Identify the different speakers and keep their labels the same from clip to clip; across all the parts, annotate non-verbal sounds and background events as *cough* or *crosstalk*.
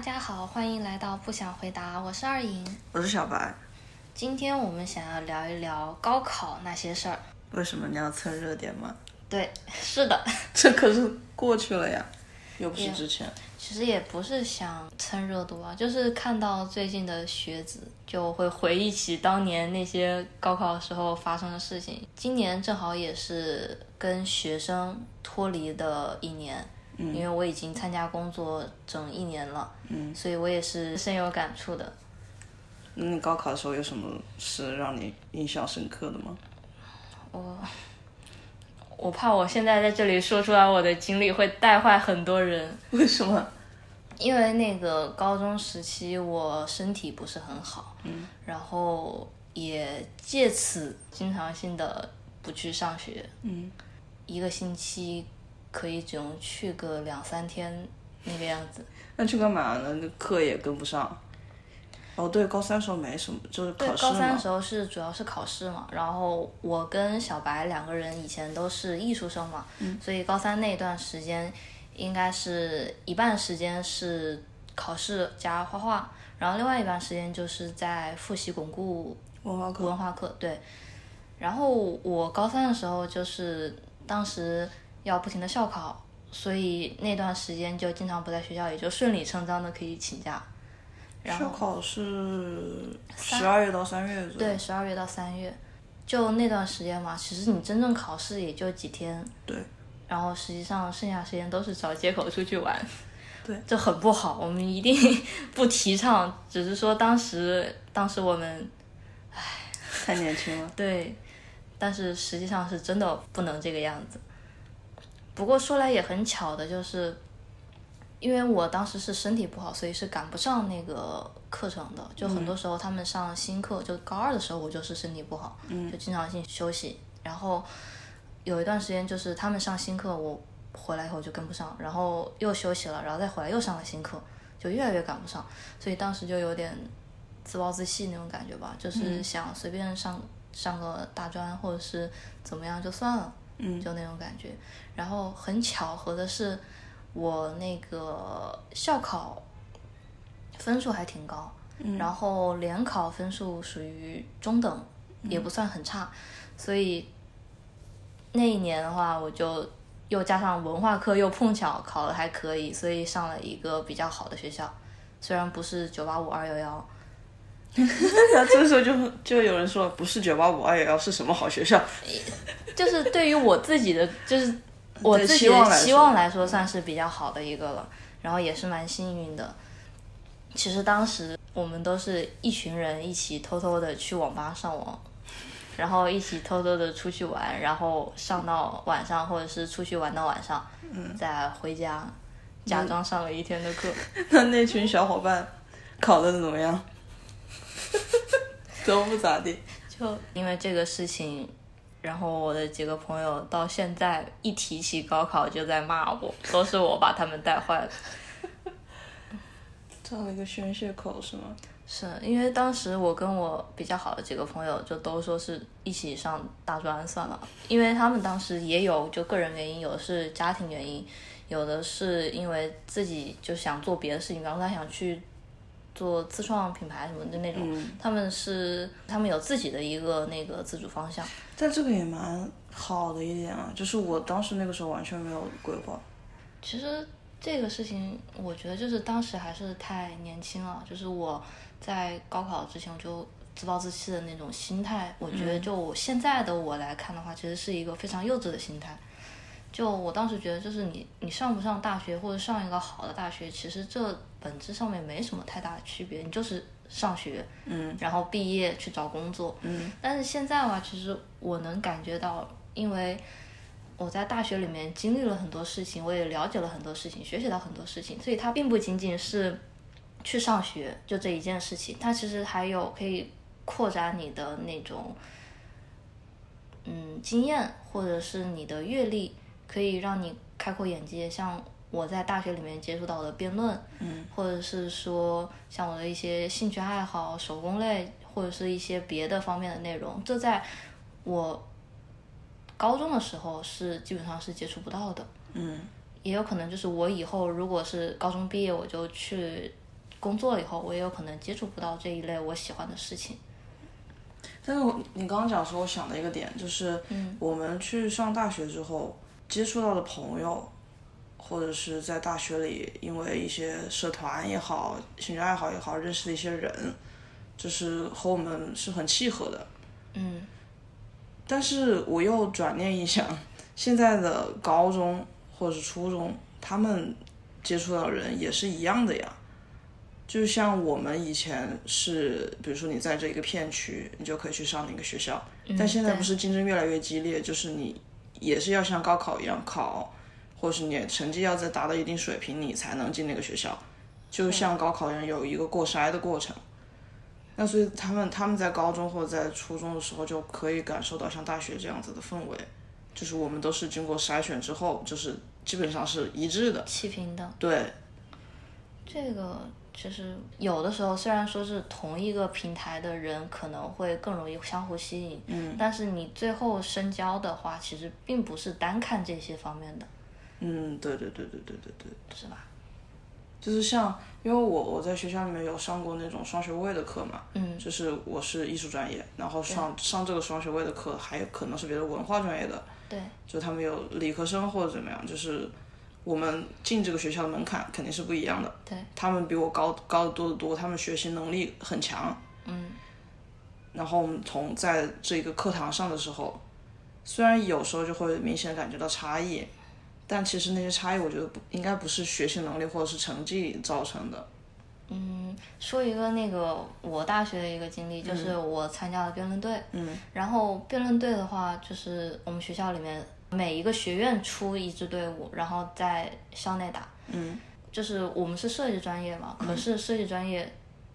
Speaker 1: 家好，欢迎来到不想回答，我是二莹。
Speaker 2: 我是小白。
Speaker 1: 今天我们想要聊一聊高考那些事儿。
Speaker 2: 为什么你要蹭热点吗？
Speaker 1: 对， *laughs* 是的，
Speaker 2: *laughs* 这可是过去了呀，又不是
Speaker 1: Yeah
Speaker 2: 之前。
Speaker 1: 其实也不是想蹭热度啊，就是看到最近的学子，就会回忆起当年那些高考时候发生的事情。今年正好也是跟学生脱离的一年，因为我已经参加工作整一年了，
Speaker 2: 嗯
Speaker 1: 所以我也是深有感触的。
Speaker 2: 那你高考的时候有什么是让你印象深刻 *laughs* 的吗？
Speaker 1: 我我怕我现在在这里说出来我的经历会带坏很多人，
Speaker 2: 为什么？
Speaker 1: 因为那个高中时期我身体不是很好，嗯，然后也借此经常性的不去上学，
Speaker 2: 嗯，
Speaker 1: 一个星期可以只用去个两三天那个样子。
Speaker 2: 那去干嘛呢？那课也跟不上。哦，对，高三时候没什么，就是
Speaker 1: 对
Speaker 2: 考，试
Speaker 1: 高三的
Speaker 2: 嘛。
Speaker 1: 时候是主要是考试嘛，然后我跟小白两个人以前都是艺术生嘛，
Speaker 2: 嗯
Speaker 1: 所以高三那段时间应该是一半时间是考试加画画，然后另外一半时间就是在复习巩固
Speaker 2: 文化课
Speaker 1: 文化课，对。然后我高三的时候，就是当时要不停的校考，所以那段时间就经常不在学校，也就顺理成章的可以请假。然后
Speaker 2: 校考是十二月到三月左右。
Speaker 1: 对，十二月到三月，就那段时间嘛，其实你真正考试也就几天，
Speaker 2: 对，
Speaker 1: 然后实际上剩下时间都是找借口出去玩，
Speaker 2: 对，
Speaker 1: 这很不好，我们一定 *laughs* 不提倡，只是说当时当时我们
Speaker 2: *laughs* 太年轻了。
Speaker 1: 对，但是实际上是真的不能这个样子。不过说来也很巧的，就是因为我当时是身体不好，所以是赶不上那个课程的。就
Speaker 2: 嗯
Speaker 1: 很多时候他们上新课，就高二的时候我就是身体不好，就经常性休息。然后有一段时间就是他们上新课，我回来以后就跟不上，然后又休息了，然后再回来又上了新课，就越来越赶不上。所以当时就有点自暴自弃那种感觉吧，就是想随便上上个大专或者是怎么样就算了，
Speaker 2: 嗯
Speaker 1: 就那种感觉。然后很巧合的是，我那个校考分数还挺高，然后联考分数属于中等，也不算很差，所以那一年的话，我就又加上文化课又碰巧考的还可以，所以上了一个比较好的学校，虽然不是九八五二幺幺，
Speaker 2: 那这时候就就有人说，不是九八五二幺幺是什么好学校？
Speaker 1: 就是对于我自己的，就是我
Speaker 2: 对
Speaker 1: 自己
Speaker 2: 期望
Speaker 1: 的
Speaker 2: 来说
Speaker 1: 期望来说，算是比较好的一个了。然后也是蛮幸运的。其实当时我们都是一群人一起偷偷的去网吧上网，然后一起偷偷的出去玩，然后上到晚上，或者是出去玩到晚上，
Speaker 2: 嗯
Speaker 1: 再回家，假装上了一天的
Speaker 2: *laughs*
Speaker 1: 课。
Speaker 2: 那那群小伙伴考的怎么样？ *laughs* 都不咋地。
Speaker 1: 就因为这个事情，然后我的几个朋友到现在一提起高考就在骂我，都是我把他们带坏了。
Speaker 2: 造了一个宣泄口是吗？
Speaker 1: 是因为当时我跟我比较好的几个朋友就都说是一起上大专算了，因为他们当时也有就个人原因，有的是家庭原因，有的是因为自己就想做别的事情，比方说他想去做自创品牌什么的那种，他们是他们有自己的一个那个自主方向。
Speaker 2: 但这个也蛮好的一点啊，就是我当时那个时候完全没有规划。
Speaker 1: 其实这个事情，我觉得就是当时还是太年轻了，就是我在高考之前我就自暴自弃的那种心态，我觉
Speaker 2: 嗯
Speaker 1: 得就我现在的我来看的话，其实是一个非常幼稚的心态。就我当时觉得，就是你你上不上大学或者上一个好的大学，其实这本质上面没什么太大的区别，你就是上学，
Speaker 2: 嗯，
Speaker 1: 然后毕业去找工作，
Speaker 2: 嗯，
Speaker 1: 但是现在的话，其实我能感觉到，因为我在大学里面经历了很多事情，我也了解了很多事情，学习到很多事情，所以它并不仅仅是去上学就这一件事情，它其实还有可以扩展你的那种嗯经验，或者是你的阅历，可以让你开阔眼界。像我在大学里面接触到的辩论，嗯，或者是说像我的一些兴趣爱好、手工类，或者是一些别的方面的内容，这在我高中的时候是基本上是接触不到的。
Speaker 2: 嗯，
Speaker 1: 也有可能就是我以后如果是高中毕业，我就去工作了以后，我也有可能接触不到这一类我喜欢的事情。
Speaker 2: 但是我你刚刚讲的时候，我想了一个点，就是我们去上大学之后接触到的朋友，或者是在大学里因为一些社团也好、兴趣爱好也好，认识的一些人，就是和我们是很契合的。
Speaker 1: 嗯，
Speaker 2: 但是我又转念一想，现在的高中或者是初中，他们接触到的人也是一样的呀。就像我们以前是，比如说你在这一个片区，你就可以去上哪个学校，
Speaker 1: 嗯
Speaker 2: 但现在不
Speaker 1: 对
Speaker 2: 是竞争越来越激烈，就是你也是要像高考一样考，或是你的成绩要再达到一定水平，你才能进那个学校。就像高考一样，有一个过筛的过程。那所以他们他们在高中或者在初中的时候就可以感受到像大学这样子的氛围，就是我们都是经过筛选之后，就是基本上是一致的。
Speaker 1: 气平的。
Speaker 2: 对，
Speaker 1: 这个就是有的时候，虽然说是同一个平台的人，可能会更容易相互吸引，嗯，但是你最后深交的话，其实并不是单看这些方面的，
Speaker 2: 嗯，对对对对对对对。
Speaker 1: 是吧？
Speaker 2: 就是像，因为我我在学校里面有上过那种双学位的课嘛，
Speaker 1: 嗯，
Speaker 2: 就是我是艺术专业，然后上上这个双学位的课，还有可能是别的文化专业的，
Speaker 1: 对，
Speaker 2: 就他们有理科生或者怎么样，就是我们进这个学校的门槛肯定是不一样的，
Speaker 1: 对，
Speaker 2: 他们比我高高得多得多，他们学习能力很强，
Speaker 1: 嗯，
Speaker 2: 然后我们从在这个课堂上的时候，虽然有时候就会明显感觉到差异，但其实那些差异我觉得不应该不是学习能力或者是成绩造成的，
Speaker 1: 嗯，说一个那个我大学的一个经历，就是我参加了辩论队，
Speaker 2: 嗯，
Speaker 1: 然后辩论队的话，就是我们学校里面每一个学院出一支队伍，然后在校内打，
Speaker 2: 嗯。
Speaker 1: 就是我们是设计专业嘛，可是设计专业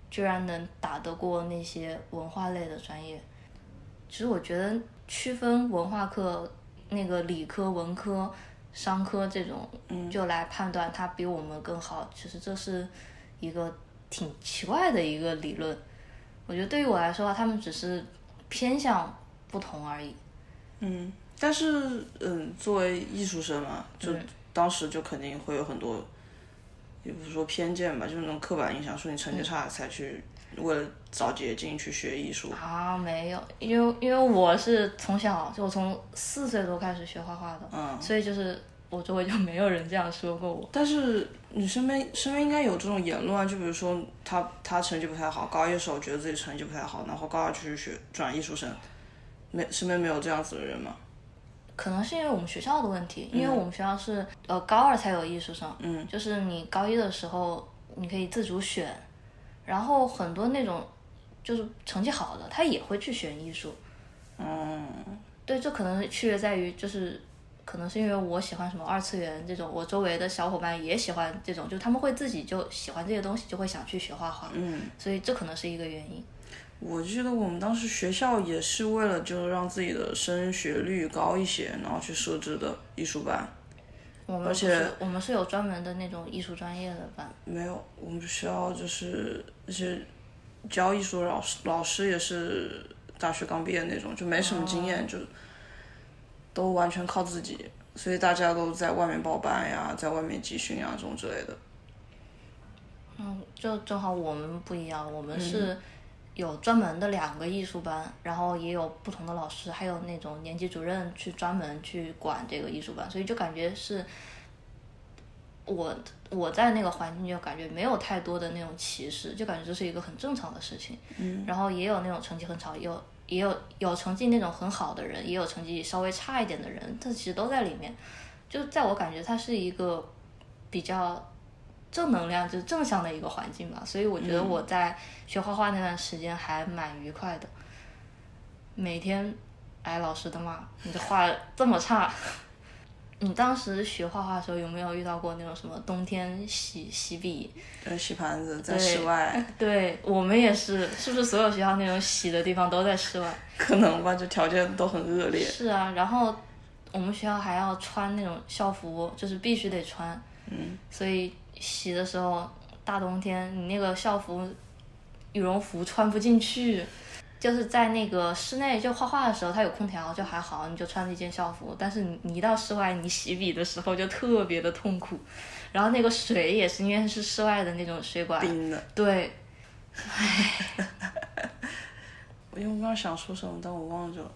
Speaker 1: 居然能打得过那些文化类的专业。其实我觉得区分文化课、那个理科、文科、商科这种，
Speaker 2: 嗯
Speaker 1: 就来判断它比我们更好，其实这是一个挺奇怪的一个理论。我觉得对于我来说，啊他们只是偏向不同而已。
Speaker 2: 嗯，但是嗯，作为艺术生嘛，就
Speaker 1: 嗯
Speaker 2: 当时就肯定会有很多，也不是说偏见吧，就是那种刻板印象，说你成绩差才去为了找捷径去学艺术。
Speaker 1: 啊，没有，因为因为我是从小就我从四岁多开始学画画的，
Speaker 2: 嗯，
Speaker 1: 所以就是我周围就没有人这样说过我。
Speaker 2: 但是你身边身边应该有这种言论啊，就比如说他他成绩不太好，高一的时候觉得自己成绩不太好，然后高二去学转艺术生，没身边没有这样子的人嘛？
Speaker 1: 可能是因为我们学校的问题，因为我们学校是、呃高二才有艺术生，
Speaker 2: 嗯，
Speaker 1: 就是你高一的时候你可以自主选，然后很多那种就是成绩好的他也会去选艺术，
Speaker 2: 嗯，
Speaker 1: 对，这可能是区别在于就是。可能是因为我喜欢什么二次元这种，我周围的小伙伴也喜欢这种，就他们会自己就喜欢这些东西，就会想去学画画，
Speaker 2: 嗯，
Speaker 1: 所以这可能是一个原因。
Speaker 2: 我记得我们当时学校也是为了就是让自己的升学率高一些，然后去设置的艺术班。
Speaker 1: 我们
Speaker 2: 而
Speaker 1: 不
Speaker 2: 且
Speaker 1: 是我们是有专门的那种艺术专业的班，
Speaker 2: 没有，我们学校就是那些教艺术的老师，老师也是大学刚毕业那种，就没什么经验，就都完全靠自己，所以大家都在外面报班呀，在外面集训呀这种之类的。
Speaker 1: 嗯，就正好我们不一样，我们是有专门的两个艺术班，然后也有不同的老师，还有那种年级主任去专门去管这个艺术班，所以就感觉是我我在那个环境就感觉没有太多的那种歧视，就感觉这是一个很正常的事情。嗯，然后也有那种成绩很好，也有也有有成绩那种很好的人，也有成绩稍微差一点的人，这其实都在里面。就在我感觉，它是一个比较正能量，就是正向的一个环境吧。所以我觉得我在学画画那段时间还蛮愉快的，每天挨老师的骂，你的画这么差。 *laughs* 你当时学画画的时候有没有遇到过那种什么冬天洗洗笔？ *laughs*
Speaker 2: 呃，洗盘子在
Speaker 1: 对 *laughs*
Speaker 2: 室外，
Speaker 1: 对我们也是，是不是所有学校那种洗的地方都在室外？
Speaker 2: 可能吧，就条件都很恶劣。
Speaker 1: 是啊，然后我们学校还要穿那种校服，就是必须得穿。嗯。所以洗的时候，大冬天你那个校服羽绒服穿不进去，就是在那个室内就画画的时候，它有空调就还好，你就穿着一件校服。但是你你一到室外，你洗笔的时候就特别的痛苦。然后那个水也是因为是室外的那种水管，
Speaker 2: 冰的。
Speaker 1: 对，
Speaker 2: 因为我刚刚想说什么，但我忘记了。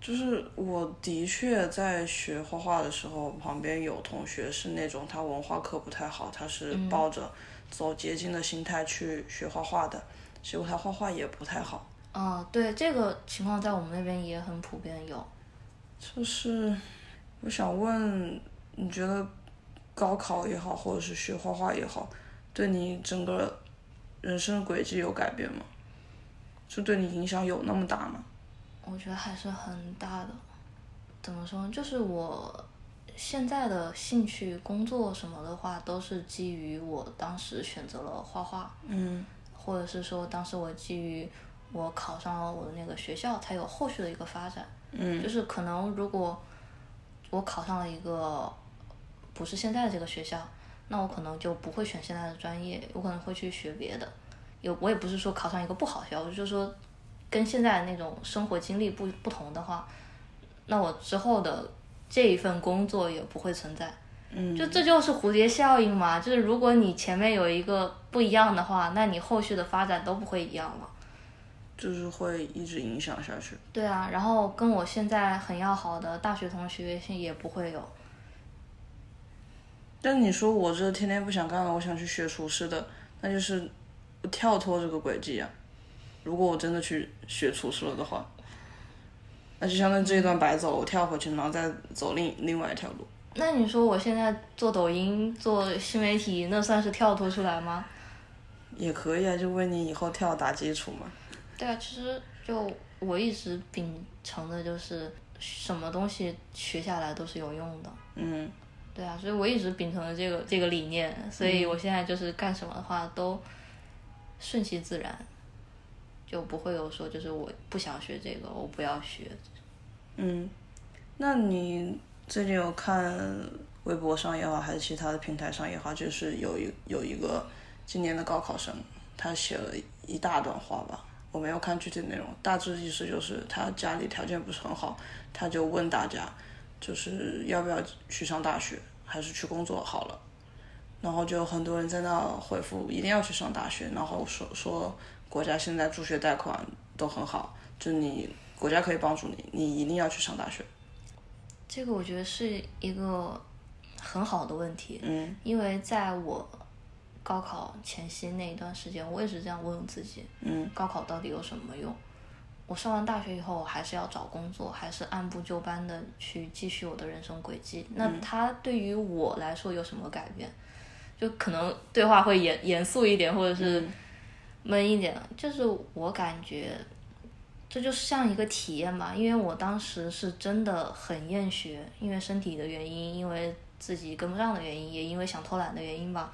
Speaker 2: 就是我的确在学画画的时候，旁边有同学是那种他文化课不太好，他是抱着走捷径的心态去学画画的，结果他画画也不太好。
Speaker 1: 嗯，对，这个情况在我们那边也很普遍有。
Speaker 2: 就是我想问，你觉得高考也好，或者是学画画也好，对你整个人生的轨迹有改变吗？就对你影响有那么大吗？
Speaker 1: 我觉得还是很大的。怎么说呢？就是我现在的兴趣、工作什么的话，都是基于我当时选择了画画，
Speaker 2: 嗯
Speaker 1: 或者是说当时我基于我考上了我的那个学校，才有后续的一个发展。
Speaker 2: 嗯
Speaker 1: 就是可能如果我考上了一个不是现在的这个学校，那我可能就不会选现在的专业，我可能会去学别的。有我也不是说考上一个不好的学校，我就是说跟现在那种生活经历不不同的话，那我之后的这一份工作也不会存在。
Speaker 2: 嗯，
Speaker 1: 就这就是蝴蝶效应嘛，就是如果你前面有一个不一样的话，那你后续的发展都不会一样了。
Speaker 2: 就是会一直影响下去。
Speaker 1: 对啊，然后跟我现在很要好的大学同学现在也不会有，
Speaker 2: 但你说我这天天不想干了，我想去学厨师的，那就是我跳脱这个轨迹啊。如果我真的去学厨师了的话，那就相当于这一段白走了，我跳回去，然后再走另另外一条路。
Speaker 1: 那你说我现在做抖音、做新媒体，那算是跳脱出来吗？
Speaker 2: 也可以啊，就为你以后跳打基础嘛。
Speaker 1: 对啊，其实就我一直秉承的就是什么东西学下来都是有用的。
Speaker 2: 嗯，
Speaker 1: 对啊，所以我一直秉承了这个这个理念，所以我现在就是干什么的话都顺其自然，就不会有说就是我不想学这个，我不要学。
Speaker 2: 嗯，那你最近有看微博上也好，还是其他的平台上也好，就是有一有一个今年的高考生，他写了一大段话吧，我没有看具体内容，大致意思就是他家里条件不是很好，他就问大家，就是要不要去上大学，还是去工作好了。然后就很多人在那回复一定要去上大学，然后说说国家现在助学贷款都很好，就你国家可以帮助你，你一定要去上大学。
Speaker 1: 这个我觉得是一个很好的问题，
Speaker 2: 嗯
Speaker 1: 因为在我高考前夕那一段时间，我也是这样问我自己：
Speaker 2: 嗯
Speaker 1: 高考到底有什么用？我上完大学以后，我还是要找工作，还是按部就班的去继续我的人生轨迹。那
Speaker 2: 嗯
Speaker 1: 它对于我来说有什么改变？就可能对话会严严肃一点，或者
Speaker 2: 嗯
Speaker 1: 是闷一点。就是我感觉，这就像一个体验吧。因为我当时是真的很厌学，因为身体的原因，因为自己跟不上的原因，也因为想偷懒的原因吧，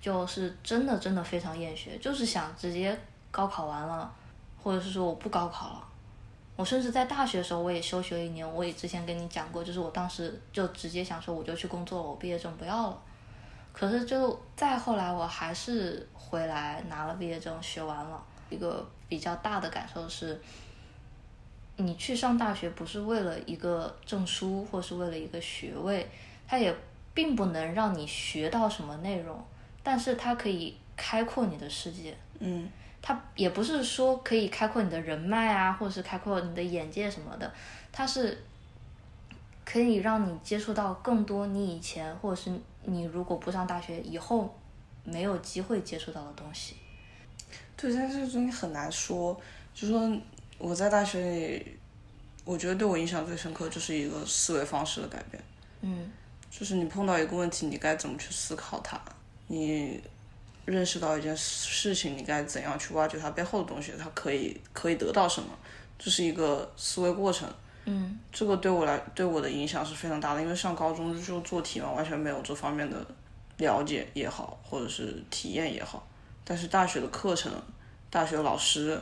Speaker 1: 就是真的真的非常厌学，就是想直接高考完了，或者是说我不高考了。我甚至在大学的时候，我也休学了一年。我也之前跟你讲过，就是我当时就直接想说，我就去工作了，我毕业证不要了。可是就再后来，我还是回来拿了毕业证，学完了。一个比较大的感受是，你去上大学不是为了一个证书，或是为了一个学位，它也并不能让你学到什么内容，但是它可以开阔你的世界。
Speaker 2: 嗯
Speaker 1: 它也不是说可以开阔你的人脉啊，或者是开阔你的眼界什么的，它是可以让你接触到更多你以前或者是你如果不上大学以后没有机会接触到的东西。
Speaker 2: 对，但是这个东西很难说。就说我在大学里，我觉得对我影响最深刻就是一个思维方式的改变。
Speaker 1: 嗯，
Speaker 2: 就是你碰到一个问题，你该怎么去思考它？你认识到一件事情，你该怎样去挖掘它背后的东西？它可以可以得到什么？这是一个思维过程。嗯，这个对我来对我的影响是非常大的，因为上高中就做题嘛，完全没有这方面的了解也好，或者是体验也好。但是大学的课程，大学老师，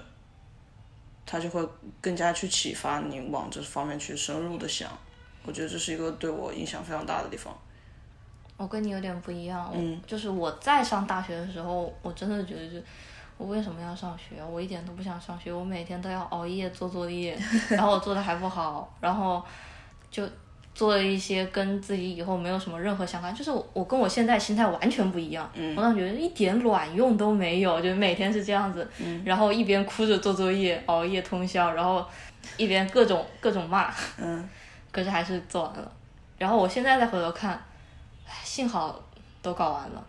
Speaker 2: 他就会更加去启发你往这方面去深入的想。我觉得这是一个对我影响非常大的地方。啊
Speaker 1: 我跟你有点不一样，嗯，就是我在上大学的时候，我真的觉得就我为什么要上学？啊我一点都不想上学，我每天都要熬夜做作业，然后我做的还不好，然后就做了一些跟自己以后没有什么任何相干，就是我我跟我现在心态完全不一样，嗯、我当时觉得一点卵用都没有，就是每天是这样子，然后一边哭着做作业，熬夜通宵，然后一边各种各种骂，
Speaker 2: 嗯，
Speaker 1: 可是还是做完了。然后我现在再回头看，唉幸好都搞完了，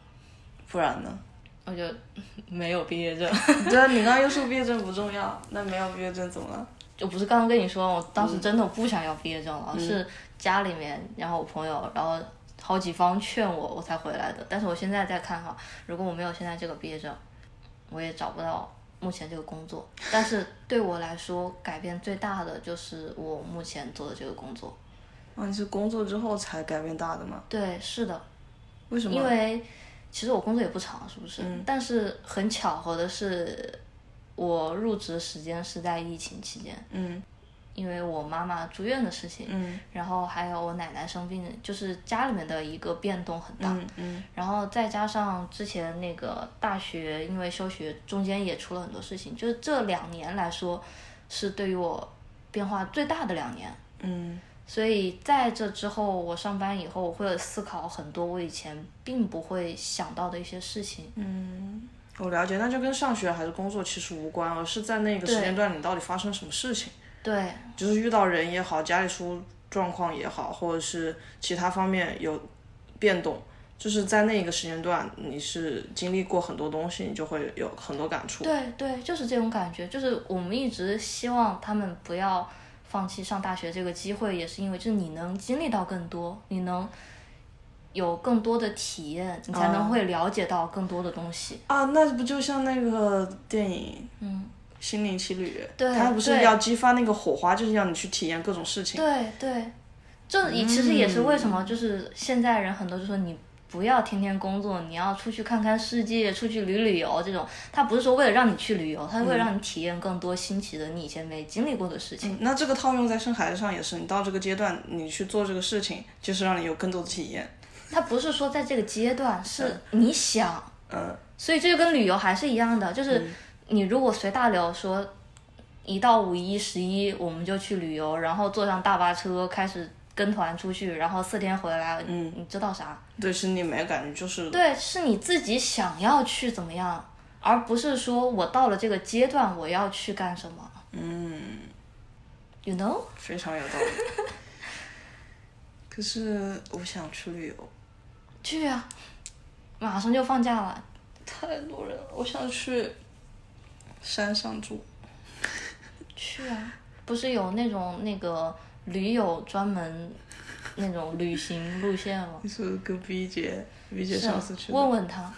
Speaker 2: 不然呢？
Speaker 1: 我就 *laughs* 没有毕业证。
Speaker 2: *laughs* 对啊，你刚刚又说毕业证不重要，那没有毕业证怎么了？
Speaker 1: 就不是刚刚跟你说，我当时真的不想要毕业证了，
Speaker 2: 嗯
Speaker 1: 是家里面，然后我朋友，然后好几方劝我，我才回来的。但是我现在再看哈，如果我没有现在这个毕业证，我也找不到目前这个工作。但是对我来说，改变最大的就是我目前做的这个工作。
Speaker 2: 啊，你是工作之后才改变大的吗？
Speaker 1: 对，是的，
Speaker 2: 为什么？嗯
Speaker 1: 因为其实我工作也不长，是不是？但是很巧合的是，我入职时间是在疫情期间，
Speaker 2: 嗯
Speaker 1: 因为我妈妈住院的事情，
Speaker 2: 嗯
Speaker 1: 然后还有我奶奶生病，就是家里面的一个变动很大。
Speaker 2: 嗯嗯
Speaker 1: 然后再加上之前那个大学，因为休学中间也出了很多事情，就是这两年来说，是对于我变化最大的两年。
Speaker 2: 嗯
Speaker 1: 所以在这之后，我上班以后，我会思考很多我以前并不会想到的一些事情。
Speaker 2: 嗯，我了解，那就跟上学还是工作其实无关，而是在那个时间段你到底发生什么事情，
Speaker 1: 对，
Speaker 2: 就是遇到人也好，家里出状况也好，或者是其他方面有变动。就是在那个时间段，你是经历过很多东西，你就会有很多感触。
Speaker 1: 对对，就是这种感觉。就是我们一直希望他们不要放弃上大学这个机会，也是因为就是你能经历到更多，你能有更多的体验，你才能会了解到更多的东西。
Speaker 2: 啊，那不就像那个电影
Speaker 1: 嗯，
Speaker 2: 《心灵奇旅》，
Speaker 1: 对
Speaker 2: 它不是
Speaker 1: 对
Speaker 2: 要激发那个火花，就是要你去体验各种事情。
Speaker 1: 对对，这也其实也是为什么就是现在人很多就说你。不要天天工作，你要出去看看世界，出去旅旅游。这种，他不是说为了让你去旅游，他是为了让你体验更多新奇的、你以前没经历过的事情。
Speaker 2: 嗯，那这个套用在生孩子上也是，你到这个阶段，你去做这个事情，就是让你有更多的体验。
Speaker 1: 他不是说在这个阶段，是你想，
Speaker 2: 嗯，
Speaker 1: 所以这就跟旅游还是一样的，就是你如果随大流说，一到五一、十一我们就去旅游，然后坐上大巴车开始跟团出去，然后四天回来，嗯，你知道啥？
Speaker 2: 对，是你没感觉，就是
Speaker 1: 对，是你自己想要去怎么样，而不是说我到了这个阶段我要去干什么。嗯，you know，
Speaker 2: 非常有道理。可是我想去旅游，
Speaker 1: 去啊，马上就放假了，
Speaker 2: 太多人了，我想去山上住。
Speaker 1: 去啊！不是有那种那个驴友专门那种旅行路线吗？
Speaker 2: 你说跟 B 姐，B 姐
Speaker 1: 是啊
Speaker 2: 上次去的，
Speaker 1: 问问他，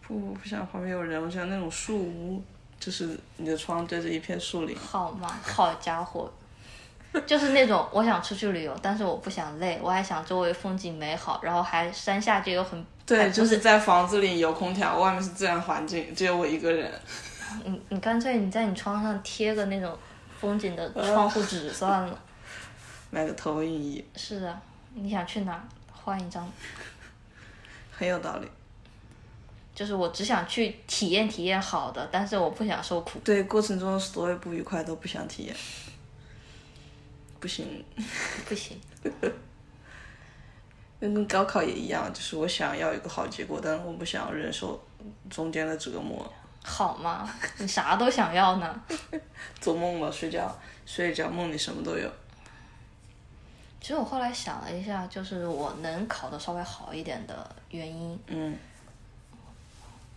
Speaker 2: 不我不想旁边有人，我想那种树屋，就是你的窗对着一片树林。
Speaker 1: 好吗？好家伙，就是那种我想出去旅游，但是我不想累，我还想周围风景美好，然后还山下就有很
Speaker 2: 对，
Speaker 1: 哎
Speaker 2: 就是在房子里有空调，外面是自然环境，只有我一个人。
Speaker 1: 你你干脆你在你窗上贴个那种风景的窗户纸算了。
Speaker 2: 买个投影仪，
Speaker 1: 是的，你想去哪儿换一张？
Speaker 2: 很有道理。
Speaker 1: 就是我只想去体验体验好的，但是我不想受苦。
Speaker 2: 对过程中的所有不愉快都不想体验，不行。
Speaker 1: 不行，
Speaker 2: 那跟高考也一样，就是我想要一个好结果，但是我不想忍受中间的折磨。
Speaker 1: 好吗？你啥都想要呢？
Speaker 2: 做梦吧，睡觉，睡一觉梦里什么都有。
Speaker 1: 其实我后来想了一下，就是我能考得稍微好一点的原因，
Speaker 2: 嗯，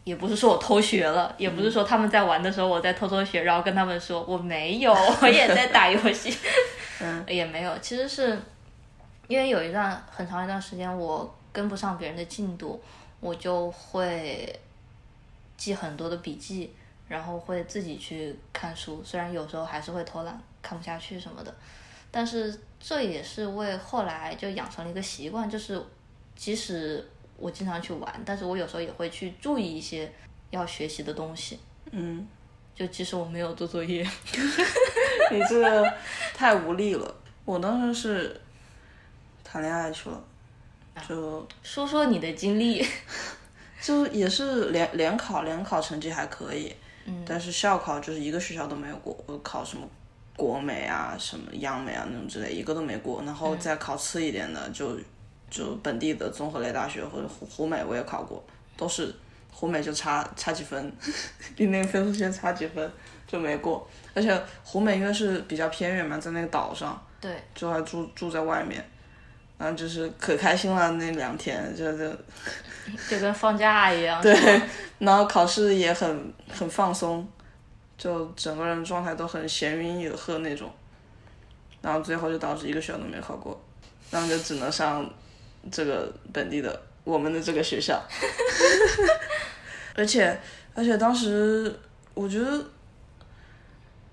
Speaker 1: 也不是说我偷学了，也不是说他们在玩的时候我在偷偷学，然后跟他们说我没有，我也在打游戏，嗯， *laughs* 也没有。其实是因为有一段很长一段时间我跟不上别人的进度，我就会记很多的笔记，然后会自己去看书，虽然有时候还是会偷懒，看不下去什么的，但是这也是为后来就养成了一个习惯，就是即使我经常去玩，但是我有时候也会去注意一些要学习的东西，
Speaker 2: 嗯，
Speaker 1: 就即使我没有做作业，
Speaker 2: *laughs* 你这个太无力了。我当时是谈恋爱去了，就
Speaker 1: 说说你的经历，
Speaker 2: 就也是联联考，联考成绩还可以，嗯，但是校考就是一个学校都没有过，我考什么国美啊、什么央美啊那种之类，一个都没过。然后再考次一点的，就就本地的综合类大学或者湖湖美我也考过，都是湖美就差差几分，比那个分数线差几分就没过。而且湖美因为是比较偏远嘛，在那个岛上，
Speaker 1: 对，
Speaker 2: 就还住住在外面，然后就是可开心了那两天，就就
Speaker 1: 就跟放假一样。
Speaker 2: 对，然后考试也很很放松，就整个人状态都很闲云野鹤那种，然后最后就导致一个学校都没考过，然后就只能上这个本地的我们的这个学校， *laughs* 而且而且当时我觉得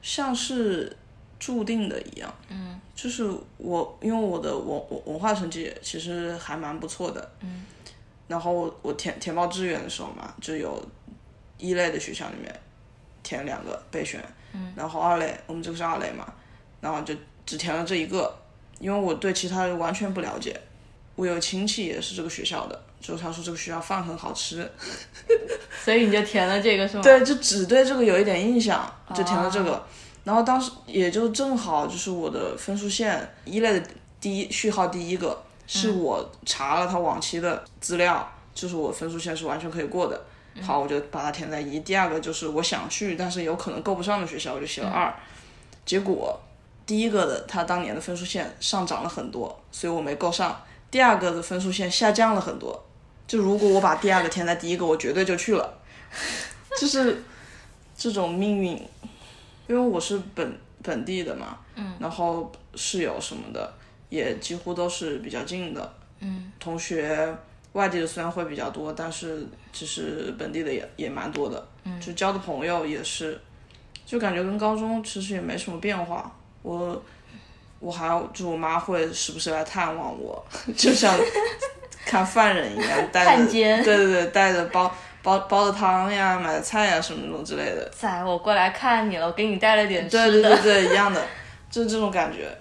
Speaker 2: 像是注定的一样，嗯，就是我因为我的文文文化成绩其实还蛮不错的，然后我我填填报志愿的时候嘛，就有一类的学校里面填两个备选，嗯，然后二类我们这个是二类嘛，然后就只填了这一个，因为我对其他人完全不了解。我有亲戚也是这个学校的，就是他说这个学校饭很好吃，
Speaker 1: 所以你就填了这个是吗？哦
Speaker 2: 对，就只对这个有一点印象，就填了这个。然后当时也就正好就是我的分数线一类的第一序号第一个，
Speaker 1: 嗯
Speaker 2: 是我查了他往期的资料，就是我分数线是完全可以过的。
Speaker 1: 嗯
Speaker 2: 好，我就把它填在一。第二个就是我想去，但是有可能够不上的学校，我就
Speaker 1: 嗯
Speaker 2: 写了二。结果第一个的他当年的分数线上涨了很多，所以我没够上。第二个的分数线下降了很多，就如果我把第二个填在第一个，我绝对就去了。就是这种命运，因为我是本本地的嘛，嗯，然后室友什么的也几乎都是比较近的，嗯，同学外地的虽然会比较多，但是其实本地的也也蛮多的，嗯，就交的朋友也是，就感觉跟高中其实也没什么变化，我。我还就我妈会时不时来探望我， *laughs* 就像看犯人一样，带着
Speaker 1: 汉奸
Speaker 2: 对对对，带着包包包的汤呀、买的菜呀什么那种之类的，
Speaker 1: 仔，我过来看你了，我给你带了点吃的。
Speaker 2: 对对对对，一样的，就是这种感觉。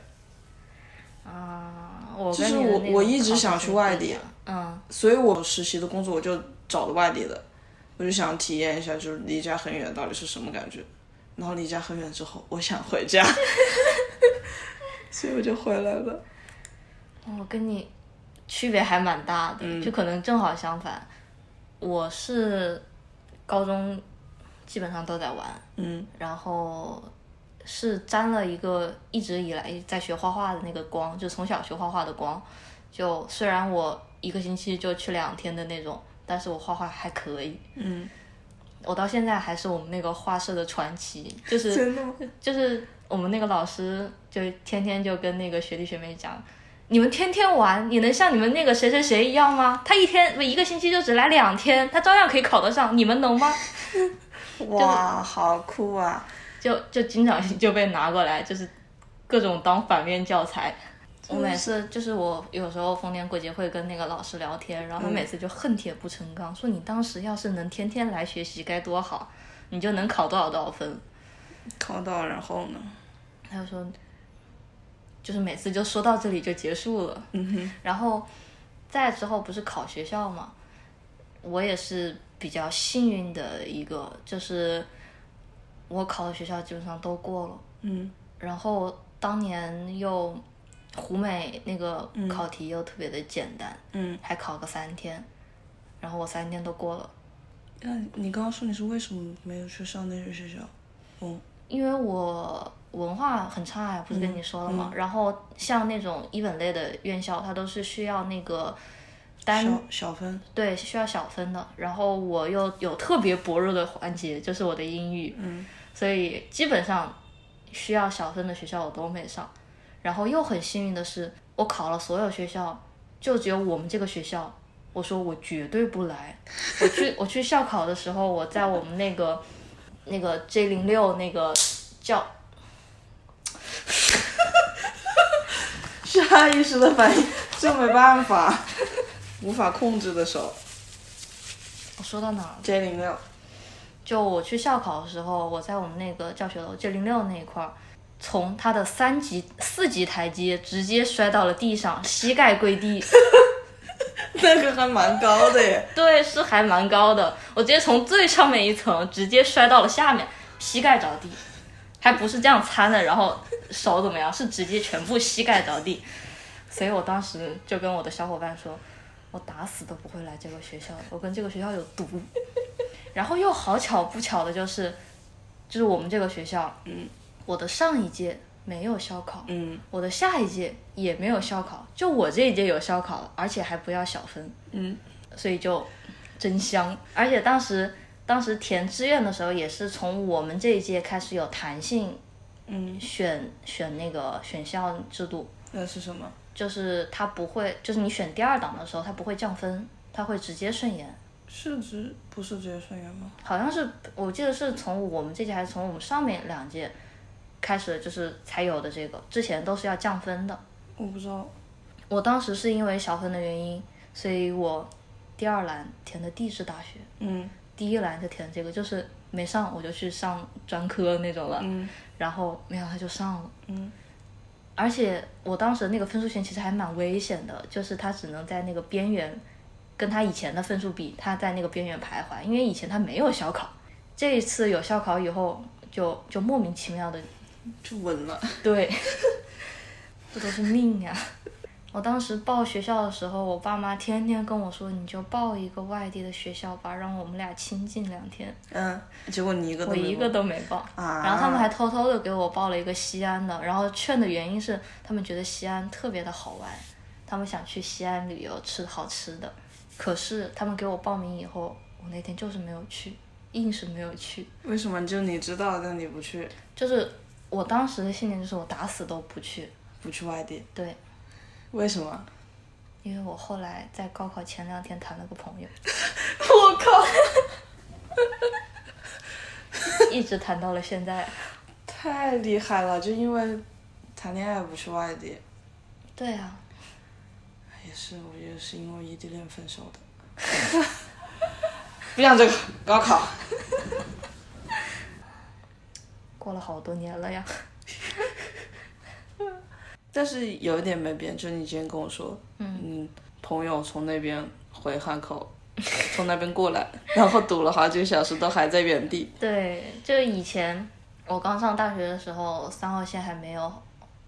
Speaker 1: 啊，我
Speaker 2: 就
Speaker 1: 跟
Speaker 2: 是
Speaker 1: 你的
Speaker 2: 我
Speaker 1: 那
Speaker 2: 我
Speaker 1: 种
Speaker 2: 一直
Speaker 1: 考
Speaker 2: 想
Speaker 1: 试
Speaker 2: 去
Speaker 1: 不
Speaker 2: 外
Speaker 1: 一
Speaker 2: 地
Speaker 1: 样。嗯，
Speaker 2: 所以我实习的工作我就找了外地的，我就想体验一下，就是离家很远到底是什么感觉。然后离家很远之后，我想回家， *laughs* 所以我就回来了。
Speaker 1: 嗯我跟你区别还蛮大的，
Speaker 2: 嗯
Speaker 1: 就可能正好相反。我是高中基本上都在玩，
Speaker 2: 嗯，
Speaker 1: 然后是沾了一个一直以来在学画画的那个光，就从小学画画的光。就虽然我一个星期就去两天的那种，但是我画画还可以。
Speaker 2: 嗯，
Speaker 1: 我到现在还是我们那个画社的传奇，就是 *laughs*
Speaker 2: 真的吗？
Speaker 1: 就是我们那个老师就天天就跟那个学弟学妹讲，你们天天玩，你能像你们那个谁谁谁一样吗？他一天不一个星期就只来两天，他照样可以考得上，你们能吗？
Speaker 2: 哇，好酷啊！
Speaker 1: 就就经常就被拿过来，就是各种当反面教材。我每次就是我有时候逢年过节会跟那个老师聊天，然后他每次就恨铁不成钢，说你当时要是能天天来学习该多好，你就能考多少多少分。
Speaker 2: 考到然后呢？
Speaker 1: 他就说，就是每次就说到这里就结束了。
Speaker 2: 嗯
Speaker 1: 然后再之后不是考学校嘛，我也是比较幸运的一个，就是我考的学校基本上都过了。
Speaker 2: 嗯
Speaker 1: 然后当年又湖美那个考题又特别的简单，
Speaker 2: 嗯，
Speaker 1: 还考个三天，然后我三天都过了。
Speaker 2: 那你刚刚说你是为什么没有去上那些学校？哦，
Speaker 1: 因为我文化很差呀，不是跟你说了吗？然后像那种一本类的院校，它都是需要那个单
Speaker 2: 小小分，
Speaker 1: 对需要小分的。然后我又有特别薄弱的环节，就是我的英语，
Speaker 2: 嗯
Speaker 1: 所以基本上需要小分的学校我都没上。然后又很幸运的是，我考了所有学校，就只有我们这个学校，我说我绝对不来。我去我去校考的时候，我在我们那个那个 J 零六那个教
Speaker 2: 下意识的反应，这没办法，无法控制的手。
Speaker 1: 我说到哪儿了？
Speaker 2: J 零六，
Speaker 1: 就我去校考的时候，我在我们那个教学楼 J 零六那一块儿，从它的三级、四级台阶直接摔到了地上，膝盖跪地。
Speaker 2: *laughs* 那个还蛮高的耶。
Speaker 1: 对，是还蛮高的，我直接从最上面一层直接摔到了下面，膝盖着地，还不是这样擦的，然后手怎么样，是直接全部膝盖着地，所以我当时就跟我的小伙伴说，我打死都不会来这个学校的，我跟这个学校有毒。然后又好巧不巧的就是，就是我们这个学校，嗯，我的上一届没有校考，
Speaker 2: 嗯，
Speaker 1: 我的下一届也没有校考，就我这一届有校考，而且还不要小分，
Speaker 2: 嗯，
Speaker 1: 所以就真香。而且当时当时填志愿的时候，也是从我们这一届开始有弹性，嗯，选选那个选校制度，
Speaker 2: 那是什么？
Speaker 1: 就是它不会，就是你选第二档的时候，它不会降分，它会直接顺延。
Speaker 2: 是直不是直接顺延吗？
Speaker 1: 好像是我记得是从我们这届还是从我们上面两届开始，就是才有的这个，之前都是要降分的。
Speaker 2: 我不知道。
Speaker 1: 我当时是因为小分的原因，所以我第二栏填的地质大学，
Speaker 2: 嗯
Speaker 1: 第一栏就填这个，就是没上我就去上专科那种了，
Speaker 2: 嗯
Speaker 1: 然后没有他就上了。
Speaker 2: 嗯
Speaker 1: 而且我当时那个分数线其实还蛮危险的，就是它只能在那个边缘，跟它以前的分数比，它在那个边缘徘徊，因为以前它没有小考，这一次有小考以后就，就莫名其妙的，
Speaker 2: *laughs* 就稳了。
Speaker 1: 对，这都是命呀、我当时报学校的时候，我爸妈天天跟我说，你就报一个外地的学校吧，让我们俩亲近两天。
Speaker 2: 嗯，结果你一个都
Speaker 1: 我
Speaker 2: 没
Speaker 1: 一个都没报。
Speaker 2: 啊
Speaker 1: 然后他们还偷偷的给我报了一个西安的，然后劝的原因是他们觉得西安特别的好玩，他们想去西安旅游吃好吃的。可是他们给我报名以后，我那天就是没有去，硬是没有去。
Speaker 2: 为什么就你知道，但你不去，
Speaker 1: 就是我当时的信念就是我打死都不去。
Speaker 2: 不去外地？
Speaker 1: 对，
Speaker 2: 为什么？
Speaker 1: 因为我后来在高考前两天谈了个朋友，
Speaker 2: *laughs* 我靠，
Speaker 1: 一直谈到了现在。
Speaker 2: 太厉害了！就因为谈恋爱不去外地，哎
Speaker 1: 对啊，
Speaker 2: 也是我也是因为异地恋分手的。 *laughs* 不讲这个，高考。
Speaker 1: 过了好多年了呀。
Speaker 2: 但是有一点没变，就你今天跟我说，嗯朋友从那边回汉口， *laughs* 从那边过来，然后堵了好几个小时，都还在原地。
Speaker 1: 对，就以前我刚上大学的时候，三号线还没有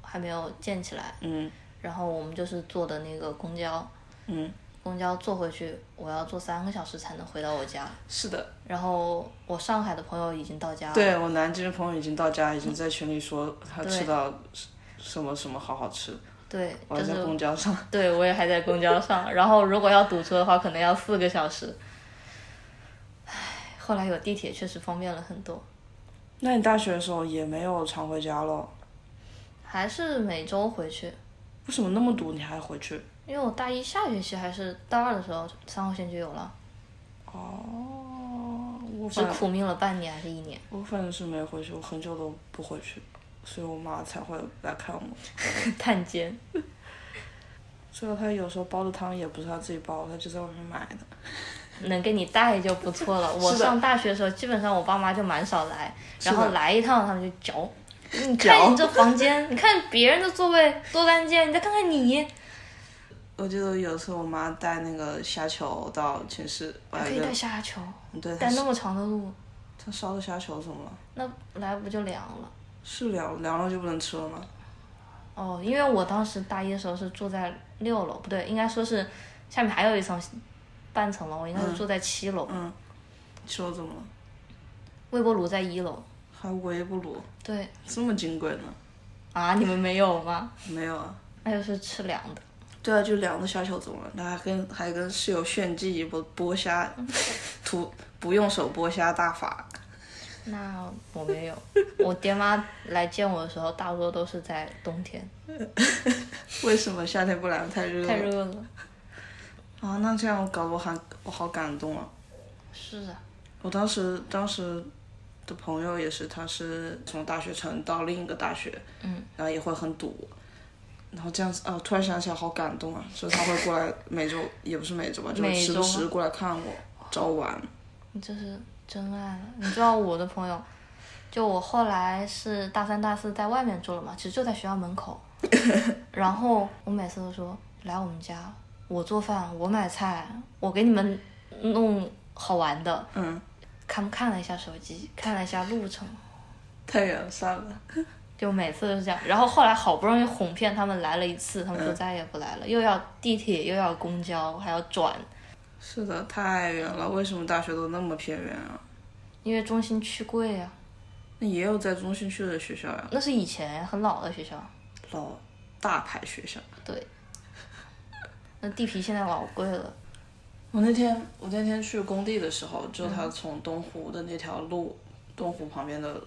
Speaker 1: 还没有建起来，
Speaker 2: 嗯
Speaker 1: 然后我们就是坐的那个公交，
Speaker 2: 嗯，
Speaker 1: 公交坐回去，我要坐三个小时才能回到我家。
Speaker 2: 是的，
Speaker 1: 然后我上海的朋友已经到家了，
Speaker 2: 对我南京的朋友已经到家，已经在群里说他吃到什什么什么好好吃，
Speaker 1: 对，
Speaker 2: 我
Speaker 1: 就
Speaker 2: 还在
Speaker 1: 是
Speaker 2: 公交上。
Speaker 1: *laughs* 对我也还在公交上。然后如果要堵车的话，可能要四个小时。唉，后来有地铁确实方便了很多，
Speaker 2: 那你大学的时候也没有常回家咯？
Speaker 1: 还是每周回去。
Speaker 2: 为什么那么堵你还回去？
Speaker 1: 因为我大一下学期还是大二的时候，三号线就有了。
Speaker 2: 哦，我
Speaker 1: 只
Speaker 2: 反
Speaker 1: 苦命了半年还是一年？ *laughs*
Speaker 2: 我反正是没回去，我很久都不回去，所以我妈才会来看我。
Speaker 1: 探监。
Speaker 2: 最后她有时候煲的汤也不是她自己煲，她就在外面买的。
Speaker 1: 能给你带就不错了。我
Speaker 2: 是的
Speaker 1: 上大学的时候，基本上我爸妈就蛮少来，
Speaker 2: 是
Speaker 1: 然
Speaker 2: 的嗯
Speaker 1: 后来一趟他们就嚼。你
Speaker 2: 嚼
Speaker 1: 看你这房间，你看别人的座位多干净，你再看看
Speaker 2: 哎
Speaker 1: 你，
Speaker 2: 我记得有一次我妈带那个虾球到寝室，我
Speaker 1: 还
Speaker 2: 还
Speaker 1: 可以带
Speaker 2: 认
Speaker 1: 虾球，
Speaker 2: 对她
Speaker 1: 带那么长的路，
Speaker 2: 她烧的虾球怎么了？
Speaker 1: 那来不就凉了？
Speaker 2: 是凉凉了就不能吃了吗？
Speaker 1: 哦，因为我当时大一的时候是住在六楼，不对，应该说是下面还有一层半层楼，我应该是住在七楼，
Speaker 2: 嗯，吃了怎么了？
Speaker 1: 微波炉在一楼。
Speaker 2: 还微波炉，
Speaker 1: 对
Speaker 2: 这么金贵呢？
Speaker 1: 啊，你们没有吗？
Speaker 2: 没有啊。
Speaker 1: 那就是吃凉的。
Speaker 2: 对啊，就凉的虾球怎么了？她还跟还跟室友炫技剥剥虾，图不用手剥虾大法。 *laughs*
Speaker 1: 那我没有，我爹妈来见我的时候，大多都是在冬天，
Speaker 2: 为什么夏天不来？太热
Speaker 1: 太
Speaker 2: 了。
Speaker 1: 热了。
Speaker 2: 啊，那这样我搞得我还我好感动啊！
Speaker 1: 是啊，
Speaker 2: 我当时当时的朋友也是，他是从大学城到另一个大学，嗯，然后也会很堵，然后这样子啊，突然想起来好感动啊！就是他会过来每周，也不是每周吧，就是
Speaker 1: 每
Speaker 2: 时
Speaker 1: 周
Speaker 2: 不
Speaker 1: 吗
Speaker 2: 时过来看我，找我玩。
Speaker 1: 你这是真爱了。你知道我的朋友，就我后来是大三、大四在外
Speaker 2: *laughs*
Speaker 1: 面住了嘛，其实就在学校门口。然后我每次都说来我们家，我做饭，我买菜，我给你们弄好玩的。
Speaker 2: 嗯，
Speaker 1: 看看了一下手机，看了一下路程，
Speaker 2: 太远了，算了。
Speaker 1: 就每次都是这样。然后后来好不容易哄骗他们来了一次，他们
Speaker 2: 嗯
Speaker 1: 就再也不来了，又要地铁，又要公交，还要转，
Speaker 2: 是的，太远了。为什么大学都那么偏远啊？
Speaker 1: 因为中心区贵呀、
Speaker 2: 那也有在中心区的学校呀，
Speaker 1: 那是以前很老的学校，
Speaker 2: 老大牌学校。
Speaker 1: 对。那地皮现在老贵了，
Speaker 2: 我那天我那天去工地的时候，就他从东湖的那条路，东湖旁边的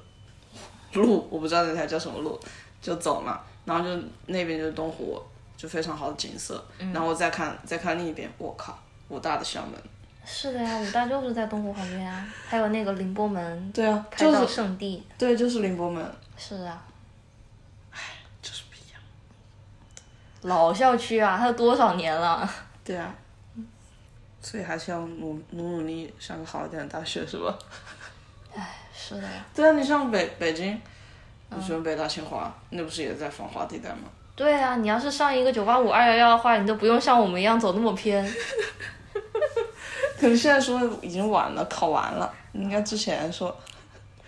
Speaker 2: 路，我不知道那条叫什么路，就走嘛，然后就那边就是东湖，就非常好的景色。然后我再看再看另一边，我靠，武大的校门。
Speaker 1: 是的呀，武大就是在东湖旁边啊，还有那个凌波门
Speaker 2: 对啊，
Speaker 1: 拍
Speaker 2: 就
Speaker 1: 照
Speaker 2: 是
Speaker 1: 圣地，
Speaker 2: 对，就是凌波门，
Speaker 1: 是啊，
Speaker 2: 就是不一样。
Speaker 1: 老校区啊，它有多少年了？
Speaker 2: 对啊，所以还是要努努努力上个好一点的大学是吧？
Speaker 1: *laughs* 是的呀，
Speaker 2: 对啊，你上北北京，你说北大清华，那不是也在繁华地带吗？
Speaker 1: 对啊，你要是上一个九八五二幺幺的话，你都不用像我们一样走那么偏。
Speaker 2: 可是现在说已经晚了，考完了，你应该之前说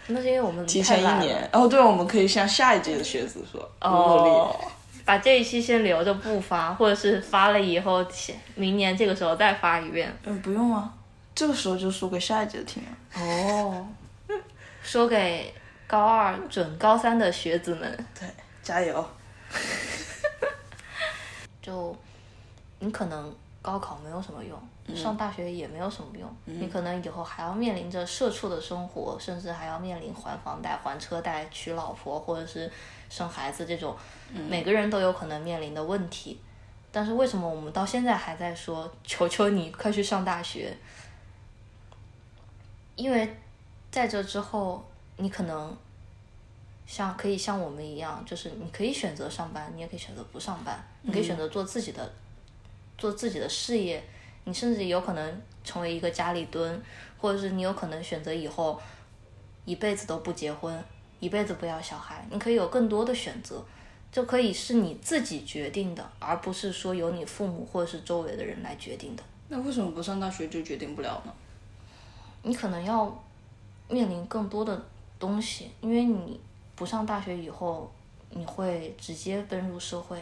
Speaker 1: 那是因为我们
Speaker 2: 提
Speaker 1: 太
Speaker 2: 前
Speaker 1: 懒
Speaker 2: 一
Speaker 1: 了，
Speaker 2: 年。哦，对，我们可以向下一届的学子说努努
Speaker 1: 哦
Speaker 2: 力。，
Speaker 1: 把这一期先留着不发，或者是发了以后，明年这个时候再发一遍。
Speaker 2: 嗯，不用啊，这个时候就说给下一届听啊。
Speaker 1: 哦， *laughs* 说给高二准高三的学子们，
Speaker 2: 对，加油。
Speaker 1: 就你可能高考没有什么用，上大学也没有什么用，
Speaker 2: 嗯
Speaker 1: 你可能以后还要面临着社畜的生活，甚至还要面临还房贷、还车贷、娶老婆或者是生孩子这种，每个人都有可能面临的问题。但是为什么我们到现在还在说“求求你，快去上大学”？因为在这之后，你可能像可以像我们一样，就是你可以选择上班，你也可以选择不上班，你可以选择做自己的、做自己的事业，你甚至有可能成为一个家里蹲，或者是你有可能选择以后一辈子都不结婚，一辈子不要小孩，你可以有更多的选择。就可以是你自己决定的，而不是说由你父母或者是周围的人来决定的。
Speaker 2: 那为什么不上大学就决定不了呢？
Speaker 1: 你可能要面临更多的东西，因为你不上大学以后，你会直接奔入社会。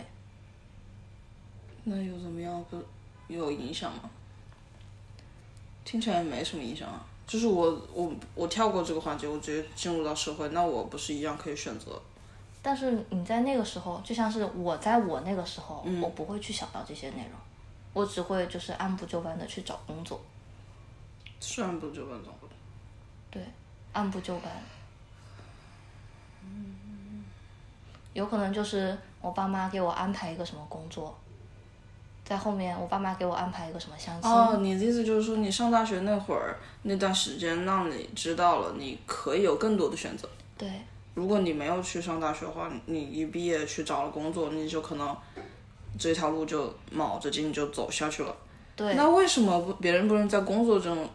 Speaker 2: 那又怎么样？不有影响吗？听起来没什么影响啊。就是我我我跳过这个环节，我直接进入到社会，那我不是一样可以选择？
Speaker 1: 但是你在那个时候，就像是我在我那个时候，我不会去想到这些内容，我只会就是按部就班的去找工作，
Speaker 2: 虽然不就那种，
Speaker 1: 对，按部就班。有可能就是我爸妈给我安排一个什么工作，在后面我爸妈给我安排一个什么相亲，
Speaker 2: 哦，你的意思就是说，你上大学那会儿那段时间，让你知道了你可以有更多的选择。
Speaker 1: 对，
Speaker 2: 如果你没有去上大学的话，你一毕业去找了工作，你就可能这条路就卯着劲就走下去了。
Speaker 1: 对，
Speaker 2: 那为什么不别人不能在工作中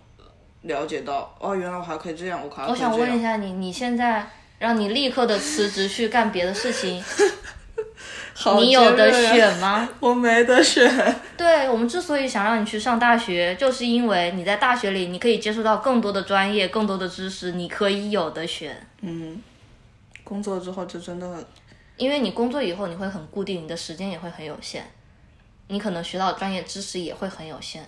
Speaker 2: 了解到？哦，原来我还可以这样，我还可
Speaker 1: 我
Speaker 2: 以这样。
Speaker 1: 想问一下你，你现在让你立刻的辞职去干别的事情，
Speaker 2: *laughs* 好
Speaker 1: 你有
Speaker 2: 尖
Speaker 1: 的
Speaker 2: 锐啊，
Speaker 1: 选吗？ *laughs*
Speaker 2: 我没得选。
Speaker 1: 对我们之所以想让你去上大学，就是因为你在大学里你可以接触到更多的专业、更多的知识，你可以有的选。
Speaker 2: 嗯，工作之后就真的很
Speaker 1: 因为你工作以后你会很固定，你的时间也会很有限，你可能学到的专业知识也会很有限。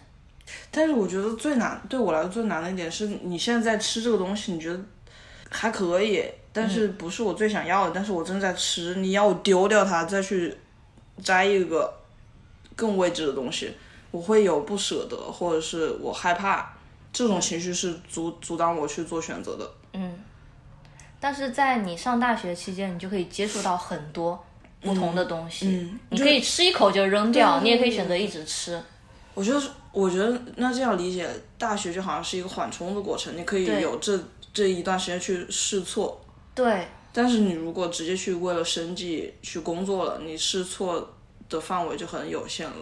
Speaker 2: 但是我觉得最难对我来说最难的一点是你现在在吃这个东西，你觉得还可以，但是不是我最想要的，但是我正在吃，你要我丢掉它再去摘一个更未知的东西，我会有不舍得，或者是我害怕，这种情绪是阻阻挡我去做选择的。
Speaker 1: 但是在你上大学期间，你就可以接触到很多不同的东西，
Speaker 2: 嗯
Speaker 1: 你可以吃一口就扔掉，
Speaker 2: 对
Speaker 1: 你也可以选择一直吃。
Speaker 2: 我觉得，我觉得那这样理解，大学就好像是一个缓冲的过程，你可以
Speaker 1: 对
Speaker 2: 有这这一段时间去试错，
Speaker 1: 对，
Speaker 2: 但是你如果直接去为了生计去工作了，你试错的范围就很有限了。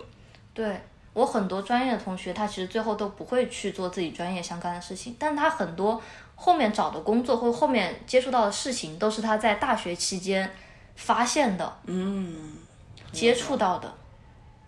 Speaker 1: 对我很多专业的同学，他其实最后都不会去做自己专业相干的事情，但他很多后面找的工作或后面接触到的事情，都是他在大学期间发现的、
Speaker 2: 嗯，
Speaker 1: 接触到的，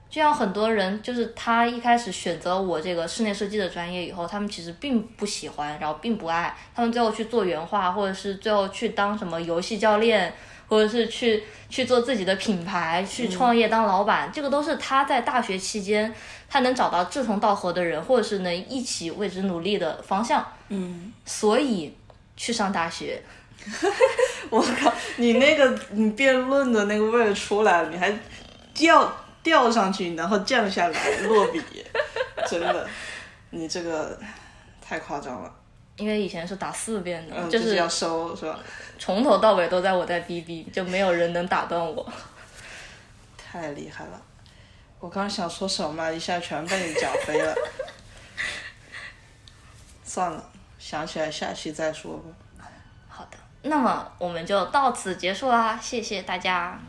Speaker 1: 就像很多人，就是他一开始选择我这个室内设计的专业以后，他们其实并不喜欢，然后并不爱，他们最后去做原画，或者是最后去当什么游戏教练，或者是去去做自己的品牌，去创业当老板，这个都是他在大学期间他能找到志同道合的人，或者是能一起为之努力的方向。
Speaker 2: 嗯，
Speaker 1: 所以去上大学，
Speaker 2: 我靠，你那个你辩论的那个味儿出来了，你还吊吊上去，然后降下来落笔，真的，你这个太夸张了，
Speaker 1: 因为以前是打四遍的，
Speaker 2: 嗯，
Speaker 1: 就
Speaker 2: 就是要收是吧？
Speaker 1: 从头到尾都在我在逼逼，就没有人能打断我。
Speaker 2: 太厉害了！我刚想说什么，一下全被你讲飞了。 *laughs* 算了，想起来下期再说吧。
Speaker 1: 好的，那么我们就到此结束啦，谢谢大家。